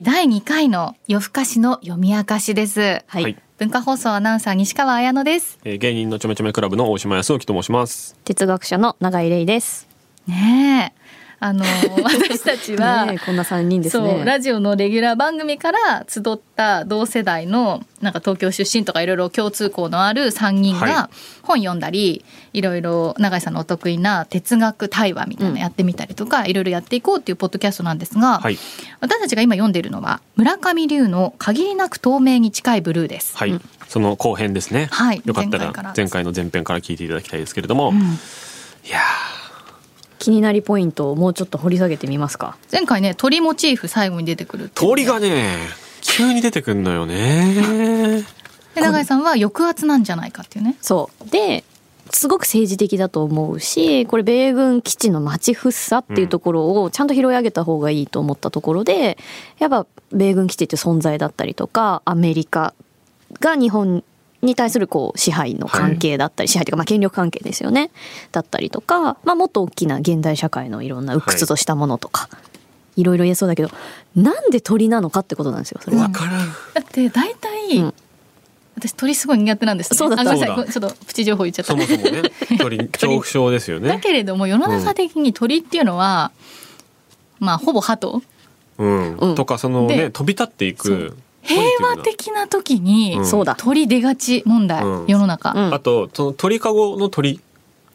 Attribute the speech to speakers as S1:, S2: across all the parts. S1: 第2回の夜更かしの読み明かしです。
S2: はい
S3: はい
S1: 文化放送アナウンサー西川彩乃です。
S3: えー芸人のちょめちょめクラブの大島康之と申します。
S2: 哲学者の永井玲です。
S1: ねえ。あ の、私たちは、
S2: ねえこんな三人です
S1: そう
S2: ね。
S1: ラジオのレギュラー番組から集った同世代のなんか東京出身とかいろいろ共通項のある3人が
S3: は
S1: 本読んだり、い、ろいろ永井さんのお得意な哲学対話みたいなのやってみたりとか、いろいろやっていこうっていうポッドキャストなんですが、
S3: はい。
S1: 私たちが今読んでいるのは村上龍の「限りなく透明に近いブルー」です。
S3: はい。その後編ですね。
S1: はい
S3: よかった
S1: 前回から
S3: ら前回の前編から聞いていただきたいですけれども、いや
S2: 気になりポイントをもうちょっと掘り下げてみますか。
S1: 前回ね鳥モチーフ最後に出てくるって
S3: ー、通りがね、急に出てくんのよね。
S1: で永井さんは抑圧なんじゃないかっていうね。
S2: そうで。すごく政治的だと思うしこれ米軍基地の町封鎖っていうところをちゃんと拾い上げた方がいいと思ったところでやっぱ米軍基地って存在だったりとかアメリカが日本に対するこう支配の関係だったり、支配というかまあ権力関係ですよねだったりとか、まあ、もっと大きな現代社会のいろんな鬱屈としたものとか、い、ろいろ言えそうだけどなんで鳥なのかってことなんですよそれは。
S3: からん。
S1: だって大体、
S2: うん
S1: 私鳥すごい苦手なんです、ね、
S2: そうだった
S1: あごめんなさい
S3: そうだ
S1: ちょっとプチ情報言っちゃった
S3: そもそも ね、鳥恐怖症ですよ
S1: だ
S3: ね。
S1: けれども世の中的に鳥っていうのは、まあほぼ鳩
S3: うん。
S2: うん
S3: とかその
S1: で
S3: ね飛び立っていく
S1: 平和的な時に、
S3: うん
S2: そうだ
S1: 鳥出がち問題、
S3: うん
S1: 世の中、
S2: うん
S3: あとその鳥かごの鳥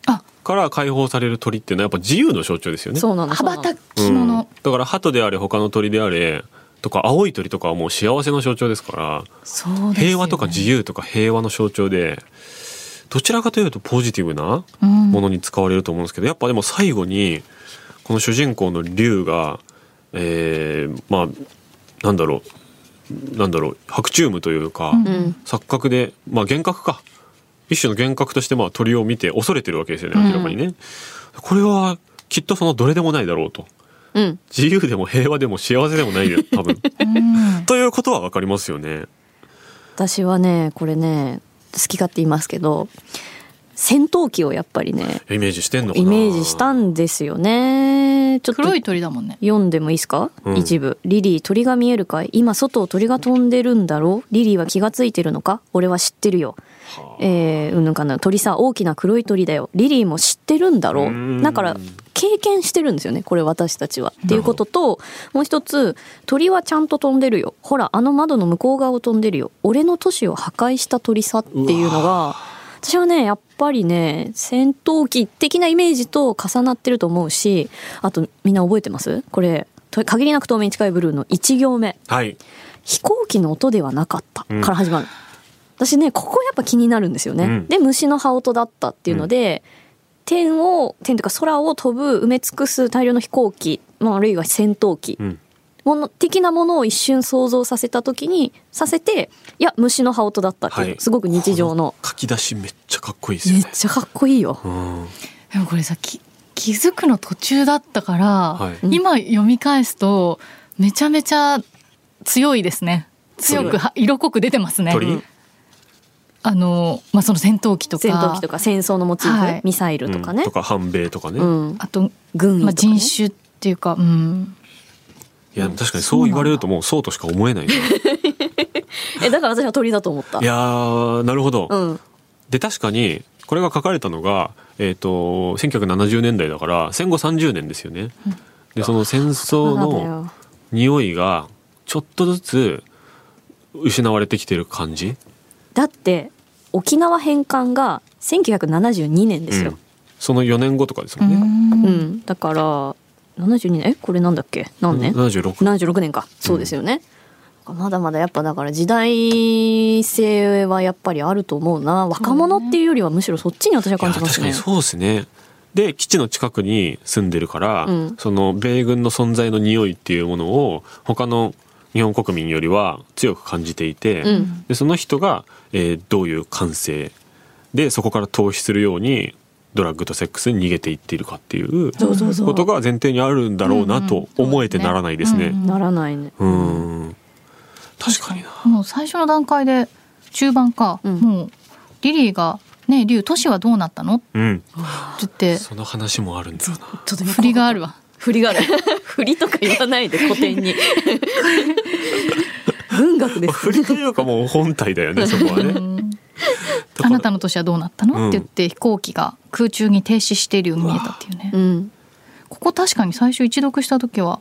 S1: あ
S3: から解放される鳥っていうのはやっぱ自由の象徴ですよね。
S2: そうなの
S1: 羽
S2: そうな
S1: ばた
S2: の
S1: きも
S3: うん
S1: の、
S3: だから鳩であれ他の鳥であれとか青い鳥とかはもう幸せの象徴ですから。
S1: そうですよね
S3: 平和とか自由とか平和の象徴でどちらかというとポジティブな
S1: うん
S3: ものに使われると思うんですけどやっぱでも最後にこの主人公の竜が、えーまあなんだろうなんだろう白昼夢というか、
S1: うん
S2: うん
S3: 錯覚でまあ幻覚か一種の幻覚としてまあ鳥を見て恐れてるわけですよね明らかにね。これはきっとそのどれでもないだろうと
S2: うん
S3: 自由でも平和でも幸せでもない よ多分
S1: うん
S3: ということは分かりますよね。
S2: 私はねこれね好き勝手言いますけど戦闘機をやっぱりね
S3: イメージしてんのか
S2: イ
S3: な
S2: メージしたんですよねちょっと
S1: 黒い鳥だもんね
S2: 読んでもいいですか、
S3: うん
S2: 一部リリー鳥が見えるかい今外を鳥が飛んでるんだろうリリーは気がついてるのか俺は知ってるよえー、うんぬんかな鳥さ大きな黒い鳥だよリリーも知ってるんだろ
S3: う
S2: うんだから経験してるんですよねこれ私たちは。っていうことともう一つ鳥はちゃんと飛んでるよほらあの窓の向こう側を飛んでるよ俺の都市を破壊した鳥さっていうの
S3: う
S2: が私はねやっぱりね戦闘機的なイメージと重なってると思うしあとみんな覚えてますこれと限りなく透明に近いブルーの1行目
S3: はい。
S2: 飛行機の音ではなかった
S3: うん
S2: から始まる、私ねここやっぱ気になるんですよね、
S3: うん
S2: で虫の羽音だったっていうので、天を天というか空を飛ぶ埋め尽くす大量の飛行機、まあ、あるいは戦闘機、
S3: うん。
S2: もの的なものを一瞬想像させた時にさせていや虫の羽音だったっていう、
S3: はい
S2: すごく日常の
S3: 書き出しめっちゃかっこいいですよ
S2: めっ
S3: ね。
S2: ちゃかっこいいよ
S3: うん。は
S1: でもこれさき気づくの途中だったから、
S3: い。
S1: 今読み返すとめちゃめちゃ強いですね強くは色濃く出てますね
S3: 鳥
S1: あの、まあ、その戦闘機とか
S2: 戦闘機とか戦争のモチーフ、
S1: はい
S2: ミサイルとかね
S3: うん、とか反米とかね。
S2: うん
S1: あと、
S2: 軍医とかね
S1: まあ、人種っていうか、うん、
S3: いや確かにそう言われるともうそうとしか思 えないな。い
S2: えだから私は鳥だと思った
S3: やーなるほど。
S2: うん
S3: で確かにこれが書かれたのがえっ、と1970年代だから戦後30年ですよね。でその戦争
S2: そうだ
S3: の
S2: よ
S3: 匂いがちょっとずつ失われてきてる感じ。
S2: だって沖縄返還が1972年ですよ、
S3: その4年後とかです
S1: う
S3: もんね。
S2: うん
S1: ん
S2: だから72年えこれなんだっけ何年、
S3: 76
S2: 76年かそうですよね、まだまだやっぱだから時代性はやっぱりあると思うな若者っていうよりはむしろそっちに私はい
S3: や
S2: 感じますね
S3: 確かにそうですねで基地の近くに住んでるから、
S2: うん
S3: その米軍の存在の匂いっていうものを他の日本国民よりは強く感じていて、
S2: うん
S3: でその人が、えーどういう感性でそこから逃避するようにドラッグとセックスに逃げていっているかっていう
S2: そうそうそう
S3: ことが前提にあるんだろうな
S1: うんうん
S3: と思えてならないです
S1: そうです
S3: ね。
S2: ならないね
S3: うん,、確かにな。
S1: もう最初の段階で中盤か、
S2: うん
S1: もうリリーが「ねえ竜都市はどうなったの?」って
S3: うん、
S1: 言って
S3: その話もあるんだよな。
S2: ちょっと
S1: 振りがあるわ
S2: 振りがある振りとか言わないで古典に学です
S3: 振りというかもう本体だよねそこは
S1: う
S3: ね。
S1: ん
S3: だから
S1: あなたの年はどうなったの、
S3: うん
S1: って言って飛行機が空中に停止しているように見えたっていうね
S2: うん
S1: ここ確かに最初一読した時は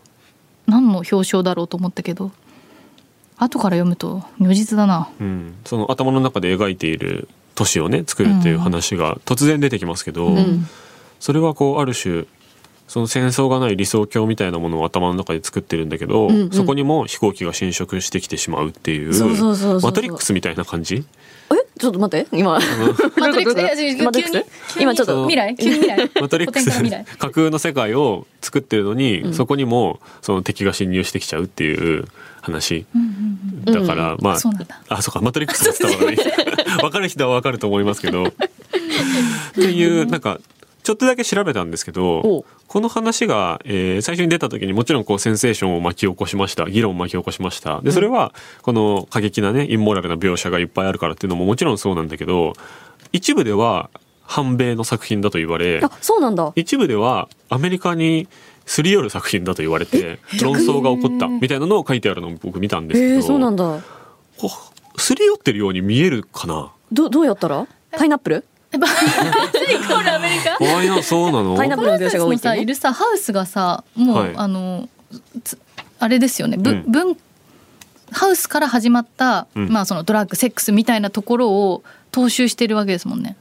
S1: 何の表彰だろうと思ったけど後から読むと如実だな
S3: うん、その頭の中で描いている都市をね作るっていう話が突然出てきますけど、
S1: うん
S2: うん
S3: それはこうある種その戦争がない理想郷みたいなものを頭の中で作ってるんだけど、
S2: うんうん
S3: そこにも飛行機が侵食してきてしまうっていう
S2: そうそうそうそう
S3: マトリックスみたいな感じ
S2: えちょっと待って今
S1: マトリック スいや
S2: マトリ
S1: 急
S2: ッ
S1: に
S2: クス今ちょっ
S3: そ
S2: と
S3: う
S1: 未来急に未来
S3: マトリックス
S1: 古典から未来
S3: 架空の世界を作ってるのに、
S2: ん
S3: そこにもその敵が侵入してきちゃうっていう話
S1: うんうん
S3: だから、ま
S1: うん
S3: あ
S1: そうなんだ
S3: あそうかマトリックスの伝わ らないわかる人はわかると思いますけどっていうなんかちょっとだけ調べたんですけ
S2: おう
S3: どこの話が、えー最初に出た時にもちろんこうセンセーションを巻き起こしました議論を巻き起こしましたでそれはこの過激なねインモラルな描写がいっぱいあるからっていうのももちろんそうなんだけど一部では反米の作品だと言われ
S2: あそうなんだ
S3: 一部ではアメリカにすり寄る作品だと言われて論争が起こったみたいなのを書いてあるのを僕見たんですけど、
S2: えー、そうなんだ
S3: こうすり寄ってるように見えるかな
S2: どどうやったらパイナップル
S1: これアメリカ
S3: お前なそう なの
S2: パイナップルの描
S1: 私
S2: 写が多い
S1: の
S2: ってい
S1: さ
S2: うね
S1: いるさハウスがさもう、
S3: はい
S1: あのつあれですよね、ぶ
S3: うん
S1: 文ハウスから始まった、
S3: うん
S1: まあそのドラッグセックスみたいなところを踏襲してるわけですもんね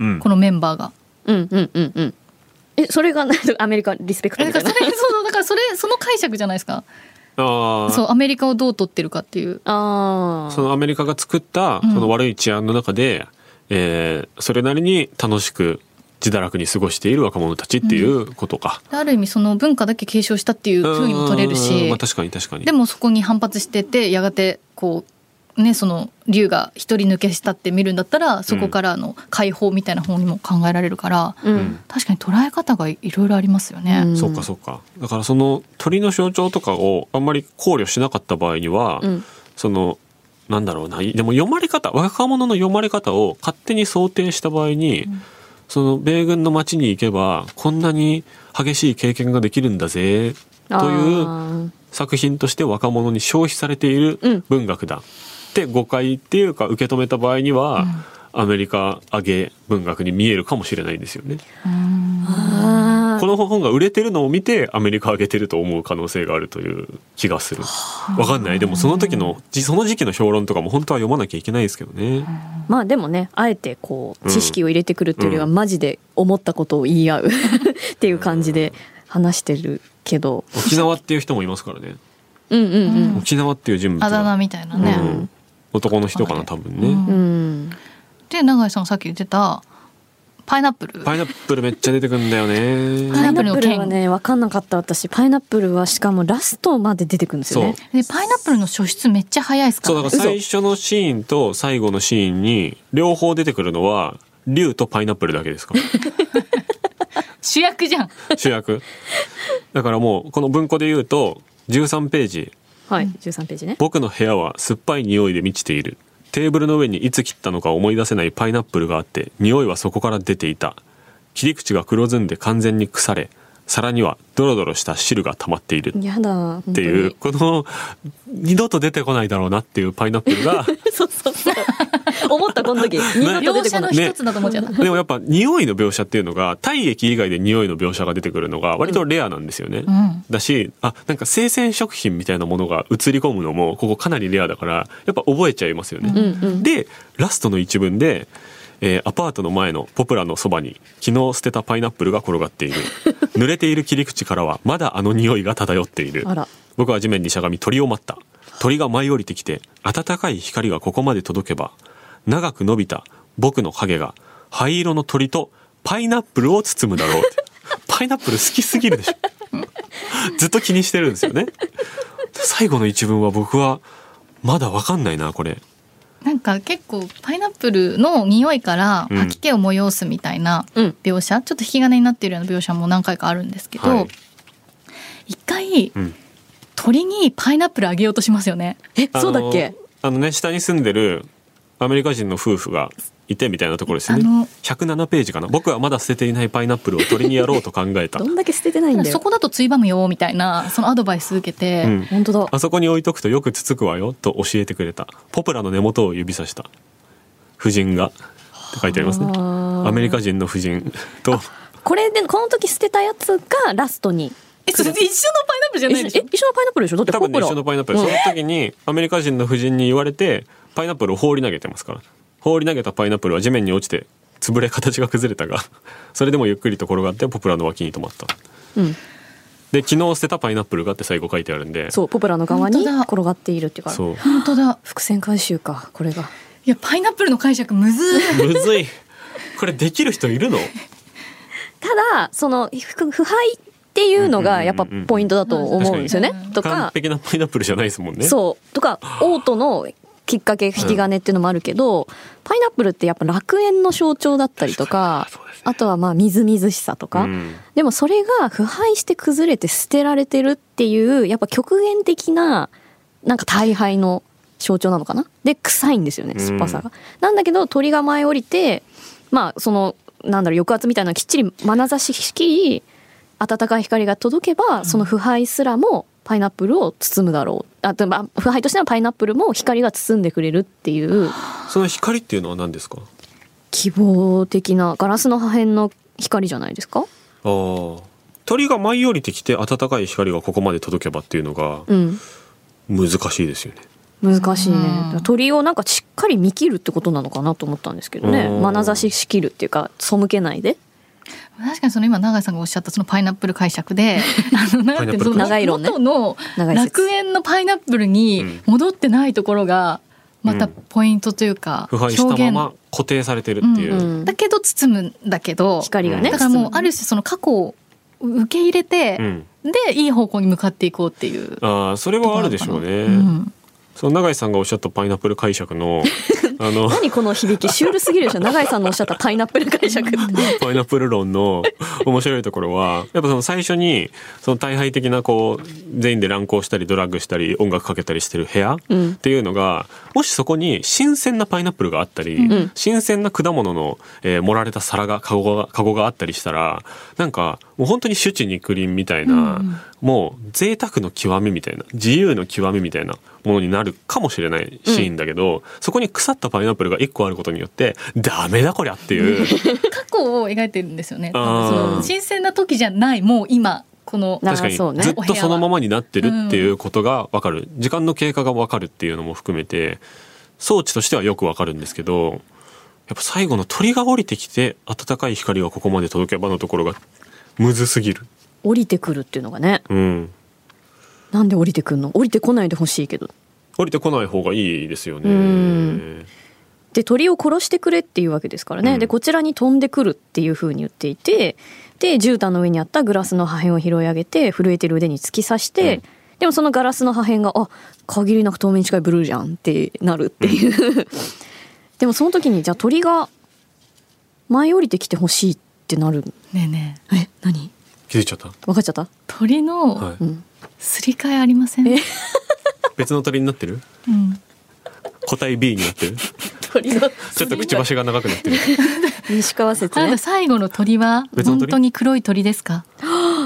S3: うん
S1: このメンバーが。
S2: うんうんうんうんえそれが なんかアメリカンリスペクト
S1: だ
S2: み
S1: か
S2: た
S1: ら
S2: いな
S1: それそうだからそれその解釈じゃないですか。
S3: あ
S1: そう
S3: ー
S1: アメリカをどう取ってるかっていう。
S2: あ
S3: そのアメリカが作ったそ
S1: うん
S3: の悪い治安の中で、えーそれなりに楽しく自堕落に過ごしている若者たちっていうことか。
S1: ある意味その文化だけ継承したっていう風にも取れる
S3: うんうんうん
S1: し
S3: まあ、確かに確かに。
S1: でもそこに反発しててやがてこうねその竜が一人抜けしたって見るんだったらそこからの解放みたいな方にも考えられるから、
S2: あう
S3: うんん
S1: 確かに捉え方がいろいろありますよね。
S2: うん
S3: そうかそうか。だからその鳥の象徴とかをあんまり考慮しなかった場合には、
S2: うん
S3: そのなんだろうなでも読まれ方若者の読まれ方を勝手に想定した場合に、その米軍の町に行けばこんなに激しい経験ができるんだぜという
S2: あー
S3: 作品として若者に消費されてい
S2: うん
S3: る文学だって誤解っていうか受け止めた場合には、アメリカ上げ文学に見えるかもしれないですよね。
S1: うん
S2: あ
S3: この本が売れてるのを見てアメリカ上げてると思う可能性があるという気がする。わかんない。でもその時のじその時期の評論とかも本当は読まなきゃいけないですけどね。
S2: ーまあでもねあえてこう
S3: うん
S2: 知識を入れてくるっていうよりは、
S3: うん
S2: マジで思ったことを言い合う っていう感じで話してるけど
S3: 沖縄っていう人もいますからね。
S2: うんうんうん
S3: 沖縄っていう人物が
S1: あだ名みたいな
S3: うん
S1: ね。
S3: 男の人かな多分ね。
S1: うん
S2: うん
S1: で永井さんがさっき言ってたパイナップル。
S3: パイナップルめっちゃ出てくんだよ
S2: パイ
S3: ね。
S2: ナ
S1: ナップル
S2: ッ
S1: の
S2: プ
S1: 剣
S2: ルはね分かんなかった私パイナップルはしかもラストまで出てくるんですよね
S1: でパイナップルの初出めっちゃ早いですか
S3: そう
S1: ら、
S3: だ
S1: ね
S3: から。最初のシーンと最後のシーンに両方出てくるのは竜とパイナップルだけですから。
S1: 主役じゃん。
S3: 主役。 だからもうこの文庫で言うと13ページ
S2: はい13ページね
S3: 僕の部屋は酸っぱい匂いで満ちているテーブルの上にいつ切ったのか思い出せないパイナップルがあって匂いはそこから出ていた切り口が黒ずんで完全に腐れ皿にはドロドロした汁が溜まっている
S2: やだっ
S3: っていうこの二度と出てこないだろうなっていうパイナップルが
S2: そうそうそう思ったこの 時二度と
S1: 描
S2: 出てこ
S1: 写
S2: な
S1: の
S2: い
S1: 一つだと思っちゃった。
S3: でもやっぱ匂いの描写っていうのが体液以外で匂いの描写が出てくるのが割とレアなんですよね、
S1: うん
S3: だしあなんか生鮮食品みたいなものが映り込むのもここかなりレアだからやっぱ覚えちゃいますよね、
S2: うんうん
S3: でラストの一文で、えーアパートの前のポプラのそばに昨日捨てたパイナップルが転 がっている濡れている切り口からはまだあの匂いが漂っている
S2: あら
S3: 僕は地面にしゃがみ鳥を待った鳥が舞い降りてきて暖かい光がここまで届けば長く伸びた僕の影が灰色の鳥とパイナップルを包むだろうって パイナップル好きすぎるでしょずっと気にしてるんですよね最後の一文は僕はまだわかんないなこれ
S1: なんか結構パイナップルの匂いから
S3: うん
S1: 吐き気を催すみたいな
S2: うん
S1: 描写、ちょっと引き金になっているような描写も何回かあるんですけど、
S3: はい
S1: 一回
S3: うん
S1: 鳥にパイナップルあげようとしますよね。
S2: えそうだっけ
S3: あのあのね下に住んでるアメリカ人の夫婦がいてみたいなところですね
S1: あの
S3: 107ページかな僕はまだ捨てていないパイナップルを鳥にやろうと考えた
S2: どんだけ捨ててないんだ
S1: そ
S2: よ
S1: こだとついばむよみたいなそのアドバイス受けて、
S3: うん
S2: 本当だ
S3: あそこに置いとくとよくつつくわよと教えてくれたポプラの根元を指さした夫人がって書いてありますね
S2: あー
S3: アメリカ人の夫人と
S2: これでこの時捨てたやつがラストに
S1: えそれ一緒のパイナップルじゃ
S2: え
S1: ない
S2: 一緒
S1: でし
S2: え
S1: ょ
S2: 一緒のパイナップルでしょだって
S3: 多
S2: ポ
S3: 分、
S2: プ
S3: ね、
S2: ラ
S3: 一緒のパイナップルその時にアメリカ人の夫人に言われてパイナップルを放り投げてますから放り投げたパイナップルは地面に落ちて潰れ形が崩れたが それでもゆっくりと転がってポプラの脇に止まった
S2: うん、
S3: で昨日捨てたパイナップルがって最後書いてあるんで
S2: そうポプラの側に
S1: 本当だ
S2: 転がっているっていうから
S3: そう
S1: 本当だ
S2: 伏線回収かこれが
S1: いやパイナップルの解釈むず ー
S3: むずいこれできる人いるの
S2: ただそのふ腐敗っていうのがやっぱポイントだと思うんですよね
S1: うんうんうんうん
S2: と
S3: 完
S2: か
S3: 璧なパイナップルじゃないですもんね
S2: そうとかオートのきっかけ引き金っていうのもあるけど、パイナップルってやっぱ楽園の象徴だったりとか
S3: 確かにそうですね
S2: あとはまあみずみずしさとか、
S3: ん
S2: でもそれが腐敗して崩れて捨てられてるっていうやっぱ極限的ななんか大敗の象徴なのかなで臭いんですよね
S3: うん
S2: 酸っぱさが。なんだけど鳥が舞い降りてまあそのなんだろう抑圧みたいなのがきっちり眼差ししき暖かい光が届けばその腐敗すらもパイナップルを包むだろうあでもまあ腐敗としてのパイナップルも光が包んでくれるっていう
S3: その光っていうのは何ですか
S2: 希望的なガラスの破片の光じゃないですか
S3: あー鳥が舞い降りてきて暖かい光がここまで届けばっていうのが
S2: うん
S3: 難しいですよね
S2: 難しいね
S1: うん
S2: 鳥をなんかしっかり見切るってことなのかなと思ったんですけどね
S3: うん
S2: 眼差ししきるっていうか背けないで
S1: 確かにその今永井さんがおっしゃったそのパイナップル解釈で あのなんていうのその
S2: 長い色ね
S1: 元の
S2: 長い説
S1: 楽園のパイナップルに戻ってないところがまたポイントというか
S3: 腐敗
S1: 表
S3: し
S1: 現、
S3: たまま固定されてるっていう、
S1: う
S2: うん
S1: だけど包むんだけど
S2: 光がね、
S1: だからもうあ
S2: る
S1: る種その過去を受け入れて、
S3: うん
S1: でいい方向に向かっていこうっていう。
S3: あーそれはあるでしょうね、
S1: うん
S3: その永井さんがおっしゃったパイナップル解釈のあの
S2: 何この響きシュールすぎるでしょ永井さんのおっしゃったパイナップル解 釈って
S3: パイナップル論の面白いところはやっぱその最初にその大敗的なこう全員で乱行したりドラッグしたり音楽かけたりしてる部屋、
S2: うん
S3: っていうのがもしそこに新鮮なパイナップルがあったり、
S2: ん
S3: 新鮮な果物の、えー盛られた皿がカゴがカゴがあったりしたらなんかもう本当に酒池肉林みたいな、
S1: うん
S3: もう贅沢の極みみたいな自由の極みみたいなものになるかもしれないシーンだけど、そこに腐ったパイナップルが1個あることによってダメだこりゃっていう。
S1: 過去を描いてるんですよね。
S3: あー
S1: その新鮮な時じゃないもう今この
S2: なあー
S3: 確かに
S2: そうね
S3: ずっとそのままになってるっていうことが分かる時間の経過が分かるっていうのも含めて装置としてはよく分かるんですけどやっぱ最後の鳥が降りてきて暖かい光がここまで届けばのところがむずすぎる。
S2: 降りてくるっていうのがね
S3: うん
S2: なんで降りてくるの降りてこないでほしいけど
S3: 降りてこない方がいいですよね。
S2: うんで鳥を殺してくれっていうわけですからね、
S3: うん
S2: でこちらに飛んでくるっていうふうに言っていてで絨毯の上にあったグラスの破片を拾い上げて震えてる腕に突き刺して、
S3: うん
S2: でもそのガラスの破片があ限りなく透明に近いブルーじゃんってなるっていう、 でもその時にじゃあ鳥が舞い降りてきてほしいってなる
S1: ねえねえ
S2: え何
S3: 気づいちゃった。
S2: 分かっちゃった、
S1: 鳥
S3: は
S1: の
S2: う
S3: い。
S2: ん、
S1: すり替えありません。
S2: え
S3: 別の鳥になってる？
S1: うん
S3: 個体 B になってる？
S2: 鳥が
S3: ちょっとくちばしが長くなってる。
S2: 西川 説
S1: あな
S2: ね
S1: た最後の鳥は
S3: 別の
S1: 本
S3: 鳥
S1: 当に黒い鳥ですか？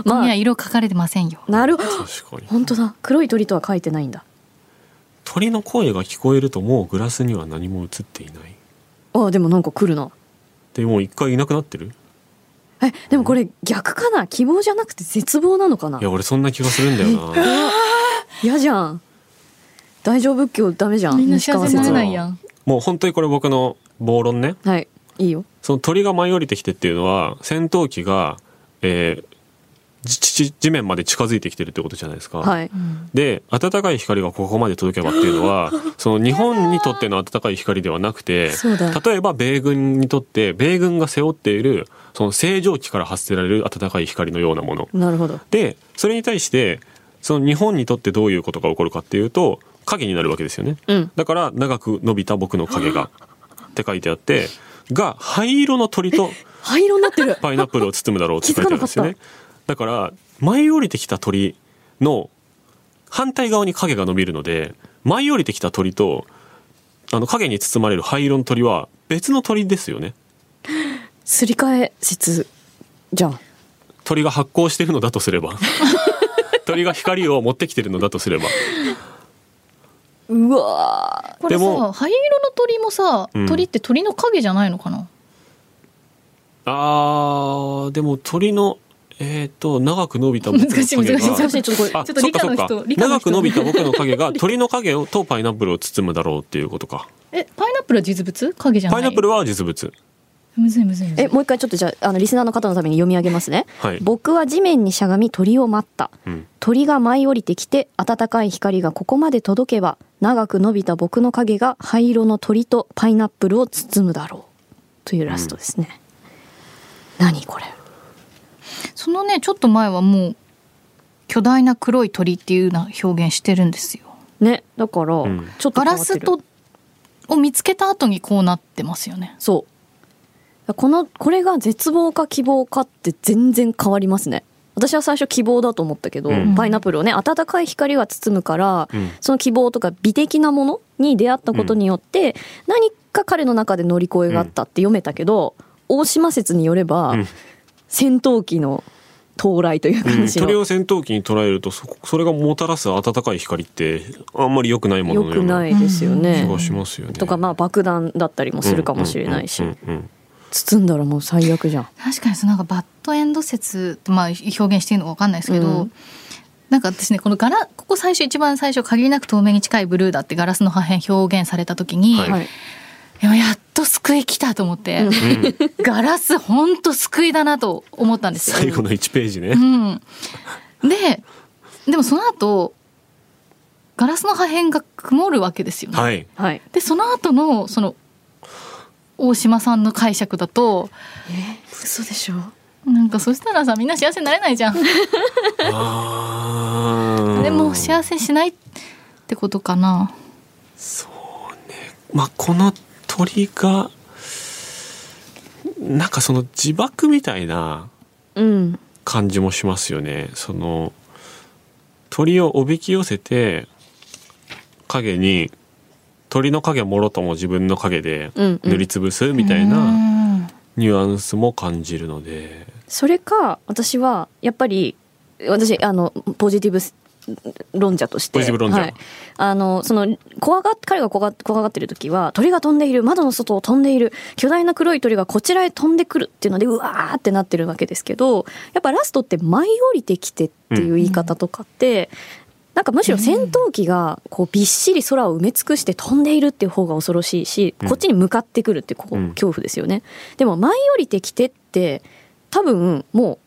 S2: ま
S1: いや
S2: あ
S1: 色書かれてませんよ。
S2: なる
S3: 確かに。
S2: 本当だ黒い鳥とは書いてないんだ
S3: 鳥の声が聞こえるともうグラスには何も映っていない。
S2: あでもなんか来るな
S3: でもう一回いなくなってる？
S2: えでもこれ逆かな希望じゃなくて絶望なのかない
S3: や俺そんな気がするんだよな。
S2: 嫌じゃん大乗仏教ダメじゃん
S1: みんな幸せになれないやん。
S3: もう本当にこれ僕の暴論ね
S2: はいいいよ
S3: その鳥が舞い降りてきてっていうのは戦闘機が、えーじ地地面まで近づいてきてるってことじゃないですか、
S2: はい
S1: うん
S3: で暖かい光がここまで届けばっていう のはその日本にとっての暖かい光ではなくて
S2: そうだ
S3: 例えば米軍にとって米軍が背負っているその正常期から発せられる暖かい光のようなもの
S2: なるほど
S3: でそれに対してその日本にとってどういうことが起こるかっていうと影になるわけですよね
S2: うん
S3: だから長く伸びた僕の影がって書いてあってが灰色の鳥と
S2: 灰色になって る
S3: パイナップルを包むだろうって書いてあるんですよね
S2: 気づ
S3: だから舞い降りてきた鳥の反対側に影が伸びるので舞い降りてきた鳥とあの影に包まれる灰色の鳥は別の鳥ですよね
S2: すり替え説じゃん
S3: 鳥が発光してるのだとすれば鳥が光を持ってきてるのだとすれば
S2: うわ
S1: これ
S3: で
S1: さ
S3: も
S1: 灰色の鳥もさ
S3: うん
S1: 鳥って鳥の影じゃないのかな、
S3: あーでも鳥のえっ、と長く伸びた僕の
S1: 難しい
S3: 影が
S1: 難しい難しい
S2: ちょっとこれ
S3: あ
S1: ちょっと理科の人
S3: そっかそっか
S1: 理科の
S3: 長
S1: 人
S3: く伸びた僕の影が鳥の影をとパイナップルを包むだろうっていうことか
S1: えパイナップルは実物影じゃな
S3: パ
S1: い
S3: イナップルは実物
S1: むずいむずいむずい
S2: えもう一回ちょっとじゃああのリスナーの方のために読み上げますね、
S3: はい
S2: 僕は地面にしゃがみ鳥を待った
S3: うん
S2: 鳥が舞い降りてきて暖かい光がここまで届けば長く伸びた僕の影が灰色の鳥とパイナップルを包むだろうというラストですね、何これ
S1: そのねちょっと前はもう巨大な黒い鳥っていうような表現してるんですよ
S2: ねだから、
S3: ん
S2: ちょっと
S1: ガ
S2: 変わ
S1: ラ
S2: って
S1: ス
S2: る
S1: とを見つけた後にこうなってますよね
S2: そうこのこれが絶望か希望かって全然変わりますね私は最初希望だと思ったけど、
S3: うん
S2: パイナップルをね暖かい光が包むから、
S3: うん
S2: その希望とか美的なものに出会ったことによって、何か彼の中で乗り越えがあったって読めたけど、大島説によれば、
S3: うん
S2: 戦闘機の到来という
S3: う
S2: 感
S3: ん
S2: じの、
S3: 鳥を戦闘機に捉えるとそそれがもたらす暖かい光ってあんまり良くないもの
S2: 良
S3: のよ
S2: く
S3: うな
S2: な
S3: 気
S2: いですよね。
S3: がしますよね。
S2: とかまあ爆弾だったりもするかもしれないし、
S3: うんうんうん
S2: 包んだらもう最悪じゃん。
S1: 確かにそのなんかバッドエンド説ってまあ表現していいのか分かんないですけど、
S2: うん
S1: なんか私ねこの柄ここ最初一番最初限りなく透明に近いブルーだってガラスの破片表現された時に、
S3: はい
S2: はい、
S1: いややっと救い来たと思って、
S3: うんうん
S1: ガラスほんと救いだなと思ったんですよ。
S3: 最後の1ページね
S1: う。ん、ででもその後ガラスの破片が曇るわけですよね。
S3: はい。
S2: はい、
S1: でその後のその大島さんの解釈だと
S2: 嘘でしょ
S1: なんかそしたらさみんな幸せになれないじゃん。
S3: あ
S1: でも幸
S3: せ。
S1: せしないってことかな。
S3: まあこの鳥がなんかその自爆みたいな
S2: うん
S3: 感じもしますよね。その鳥をおびき寄せて影に鳥の影もろとも自分の影で
S2: うんうん
S3: 塗りつぶすみたいな
S1: な。
S3: ニュアンスも感じるので、
S2: それか私はやっぱり私あのポジティブ論者として
S3: ポジティブ論者
S2: はい、あのその怖がっ彼が怖が怖がってる時は鳥が飛んでいる窓の外を飛んでいる巨大な黒い鳥がこちらへ飛んでくるっていうのでうわーってなってるわけですけどやっぱラストって舞い降りてきてっていう言い方とかって、なんかむしろ戦闘機がこうびっしり空を埋め尽くして飛んでいるっていう方が恐ろしいし、
S3: うん
S2: こっちに向かってくるってこう
S3: うん
S2: 恐怖ですよね。でも舞い降りてきてって多分もう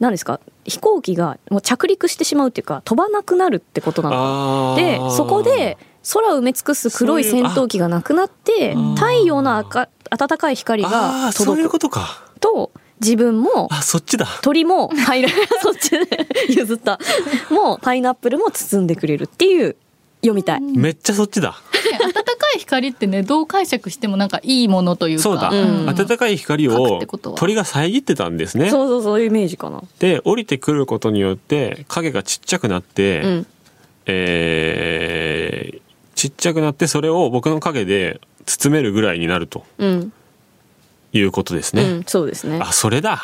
S2: 何ですか飛行機がもう着陸してしまうっていうか飛ばなくなるってことなの
S3: あ
S2: で
S3: ー
S2: そこで空を埋め尽くす黒い
S3: そうい
S2: 戦
S3: う
S2: 闘機がなくなって
S3: あー
S2: 太陽の赤暖かい光
S3: あ
S2: が
S3: ーそう
S2: 届
S3: いう
S2: く
S3: ことか。
S2: と自分も
S3: あそっちだ。
S2: 鳥もパイナ そっちで 譲ったもうパイナップルも包んでくれるっていう読みたい。
S3: めっちゃそっちだ。
S1: ね暖かい光ってねどう解釈してもなんかいいものというか。
S3: そうだ、
S2: うん
S3: 暖かい光
S1: 書くっ
S3: を
S1: てことは
S3: 鳥が遮ってたんですね
S2: そうそうそういうイメージかな。
S3: で降りてくることによって影がちっちゃくなって、
S2: うん。
S3: えーちっちゃくなってそれを僕の影で包めるぐらいになると
S2: うん。
S3: いうことです
S2: う
S3: ね、
S2: ん。そうですね。
S3: あそれだ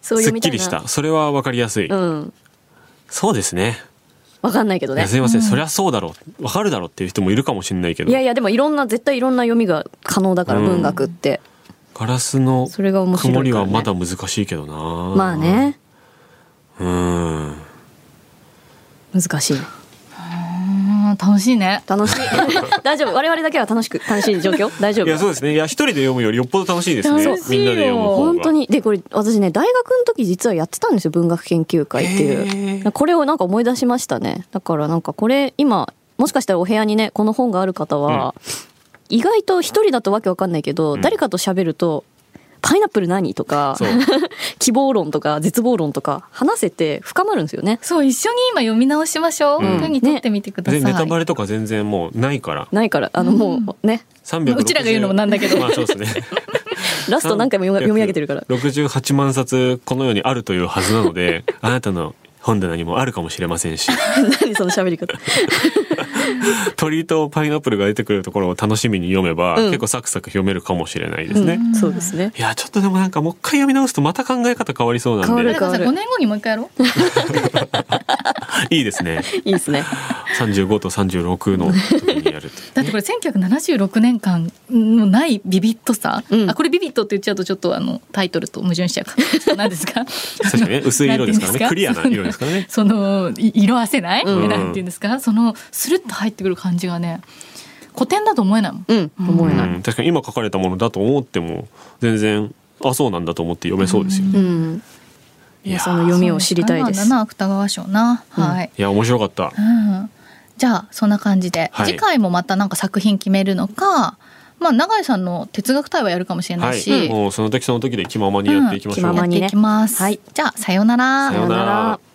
S2: そういう
S3: す
S2: 読
S3: っ
S2: みた
S3: き
S2: いな。
S3: りしたそれは分かりやすい、
S2: うん。
S3: そうですね
S2: わかんないけど
S3: いや
S2: ね。
S3: すいません、
S1: うん
S3: そりゃそうだろう分かるだろうっていう人もいるかもしれないけど
S2: いやいやでもいろんな絶対いろんな読みが可能だから
S3: うん
S2: 文学って、
S3: ガラスの
S2: それが面白いか
S3: 曇
S2: ら、ね、
S3: りはまだ難しいけどな
S2: まあね
S3: うん
S2: 難しい
S1: うん楽しいね。
S2: 楽しい 大丈夫我々だけは楽しく楽しい状況大丈夫
S3: いやそうですねいや一人で読むよりよっぽど楽しいですね
S1: 楽しい
S3: みんなで読む方が
S2: 本当にでこれ私ね大学の時実はやってたんですよ文学研究会って
S3: へ
S2: いう
S3: ー
S2: これをなんか思い出しましたねだからなんかこれ今もしかしたらお部屋にねこの本がある方は、意外と一人だとわけわかんないけど、
S3: ん
S2: 誰かと喋ると「パイナップル何?」とか
S3: そう
S2: 希望論とか絶望論とか話せて深まるんですよね
S1: そう一緒に今読み直しましょう。
S3: うん
S1: 手に取ってみてください。
S3: でネタバレとか全然もうないから
S2: ないからあのもうね
S3: 360
S1: うちらが言うのもなんだけど
S3: まあそうですね
S2: ラ スト何回も読み読み上げてるから
S3: 68万冊この世にあるというはずなのであなたの本棚にもあるかもしれませんし
S2: 何その喋り方。
S3: 鳥とパイナップルが出てくるところを楽しみに読めば、
S2: うん
S3: 結構サクサク読めるかもしれないですね。
S2: う
S1: うんん
S2: そうですね。
S3: いやちょっとでもなんかもう一回読み直すとまた考え方変わりそうなん
S2: 変わ
S1: だ
S2: る
S3: で
S1: から
S2: 変
S1: さ
S2: わ
S1: 5年後にもう一回やろう
S3: いいですね
S2: いいですね。
S3: 35と36の時にやると
S1: だってこれ1976年間のないビビッとさ、
S2: うん
S1: あこれビビッとって言っちゃうとちょっとあのタイトルと矛盾しちゃうからちょっと何ですか
S3: 確かにね 薄い色ですからね
S1: なん
S3: ク
S1: てい
S3: リ
S1: う
S3: ア
S1: ん
S3: な色ですからね
S1: そのい色あせない、
S2: うん
S1: なんていうんですかそのスルッと入ってくる感じがね古典だと思えないもん
S2: うん、思えな
S3: う
S2: い。
S3: ん、確かに今書かれたものだと思っても全然あそうなんだと思って読めそうですよね、
S2: うん。いや、その
S3: いや
S2: 読みを知りたいです
S1: そう。な芥川賞な、
S2: うん
S1: はい、
S3: いや面白かった
S1: うん、じゃあそんな感じで、
S3: はい
S1: 次回もまたなんか作品決めるのかまあ永井さんの哲学対話やるかもしれな
S3: はいい、
S1: し、
S3: もうその時その時で気ままにやっていきましょう、
S2: うん気ままに
S1: やっていきます、
S2: はい
S1: じゃあさようなら
S3: さようなら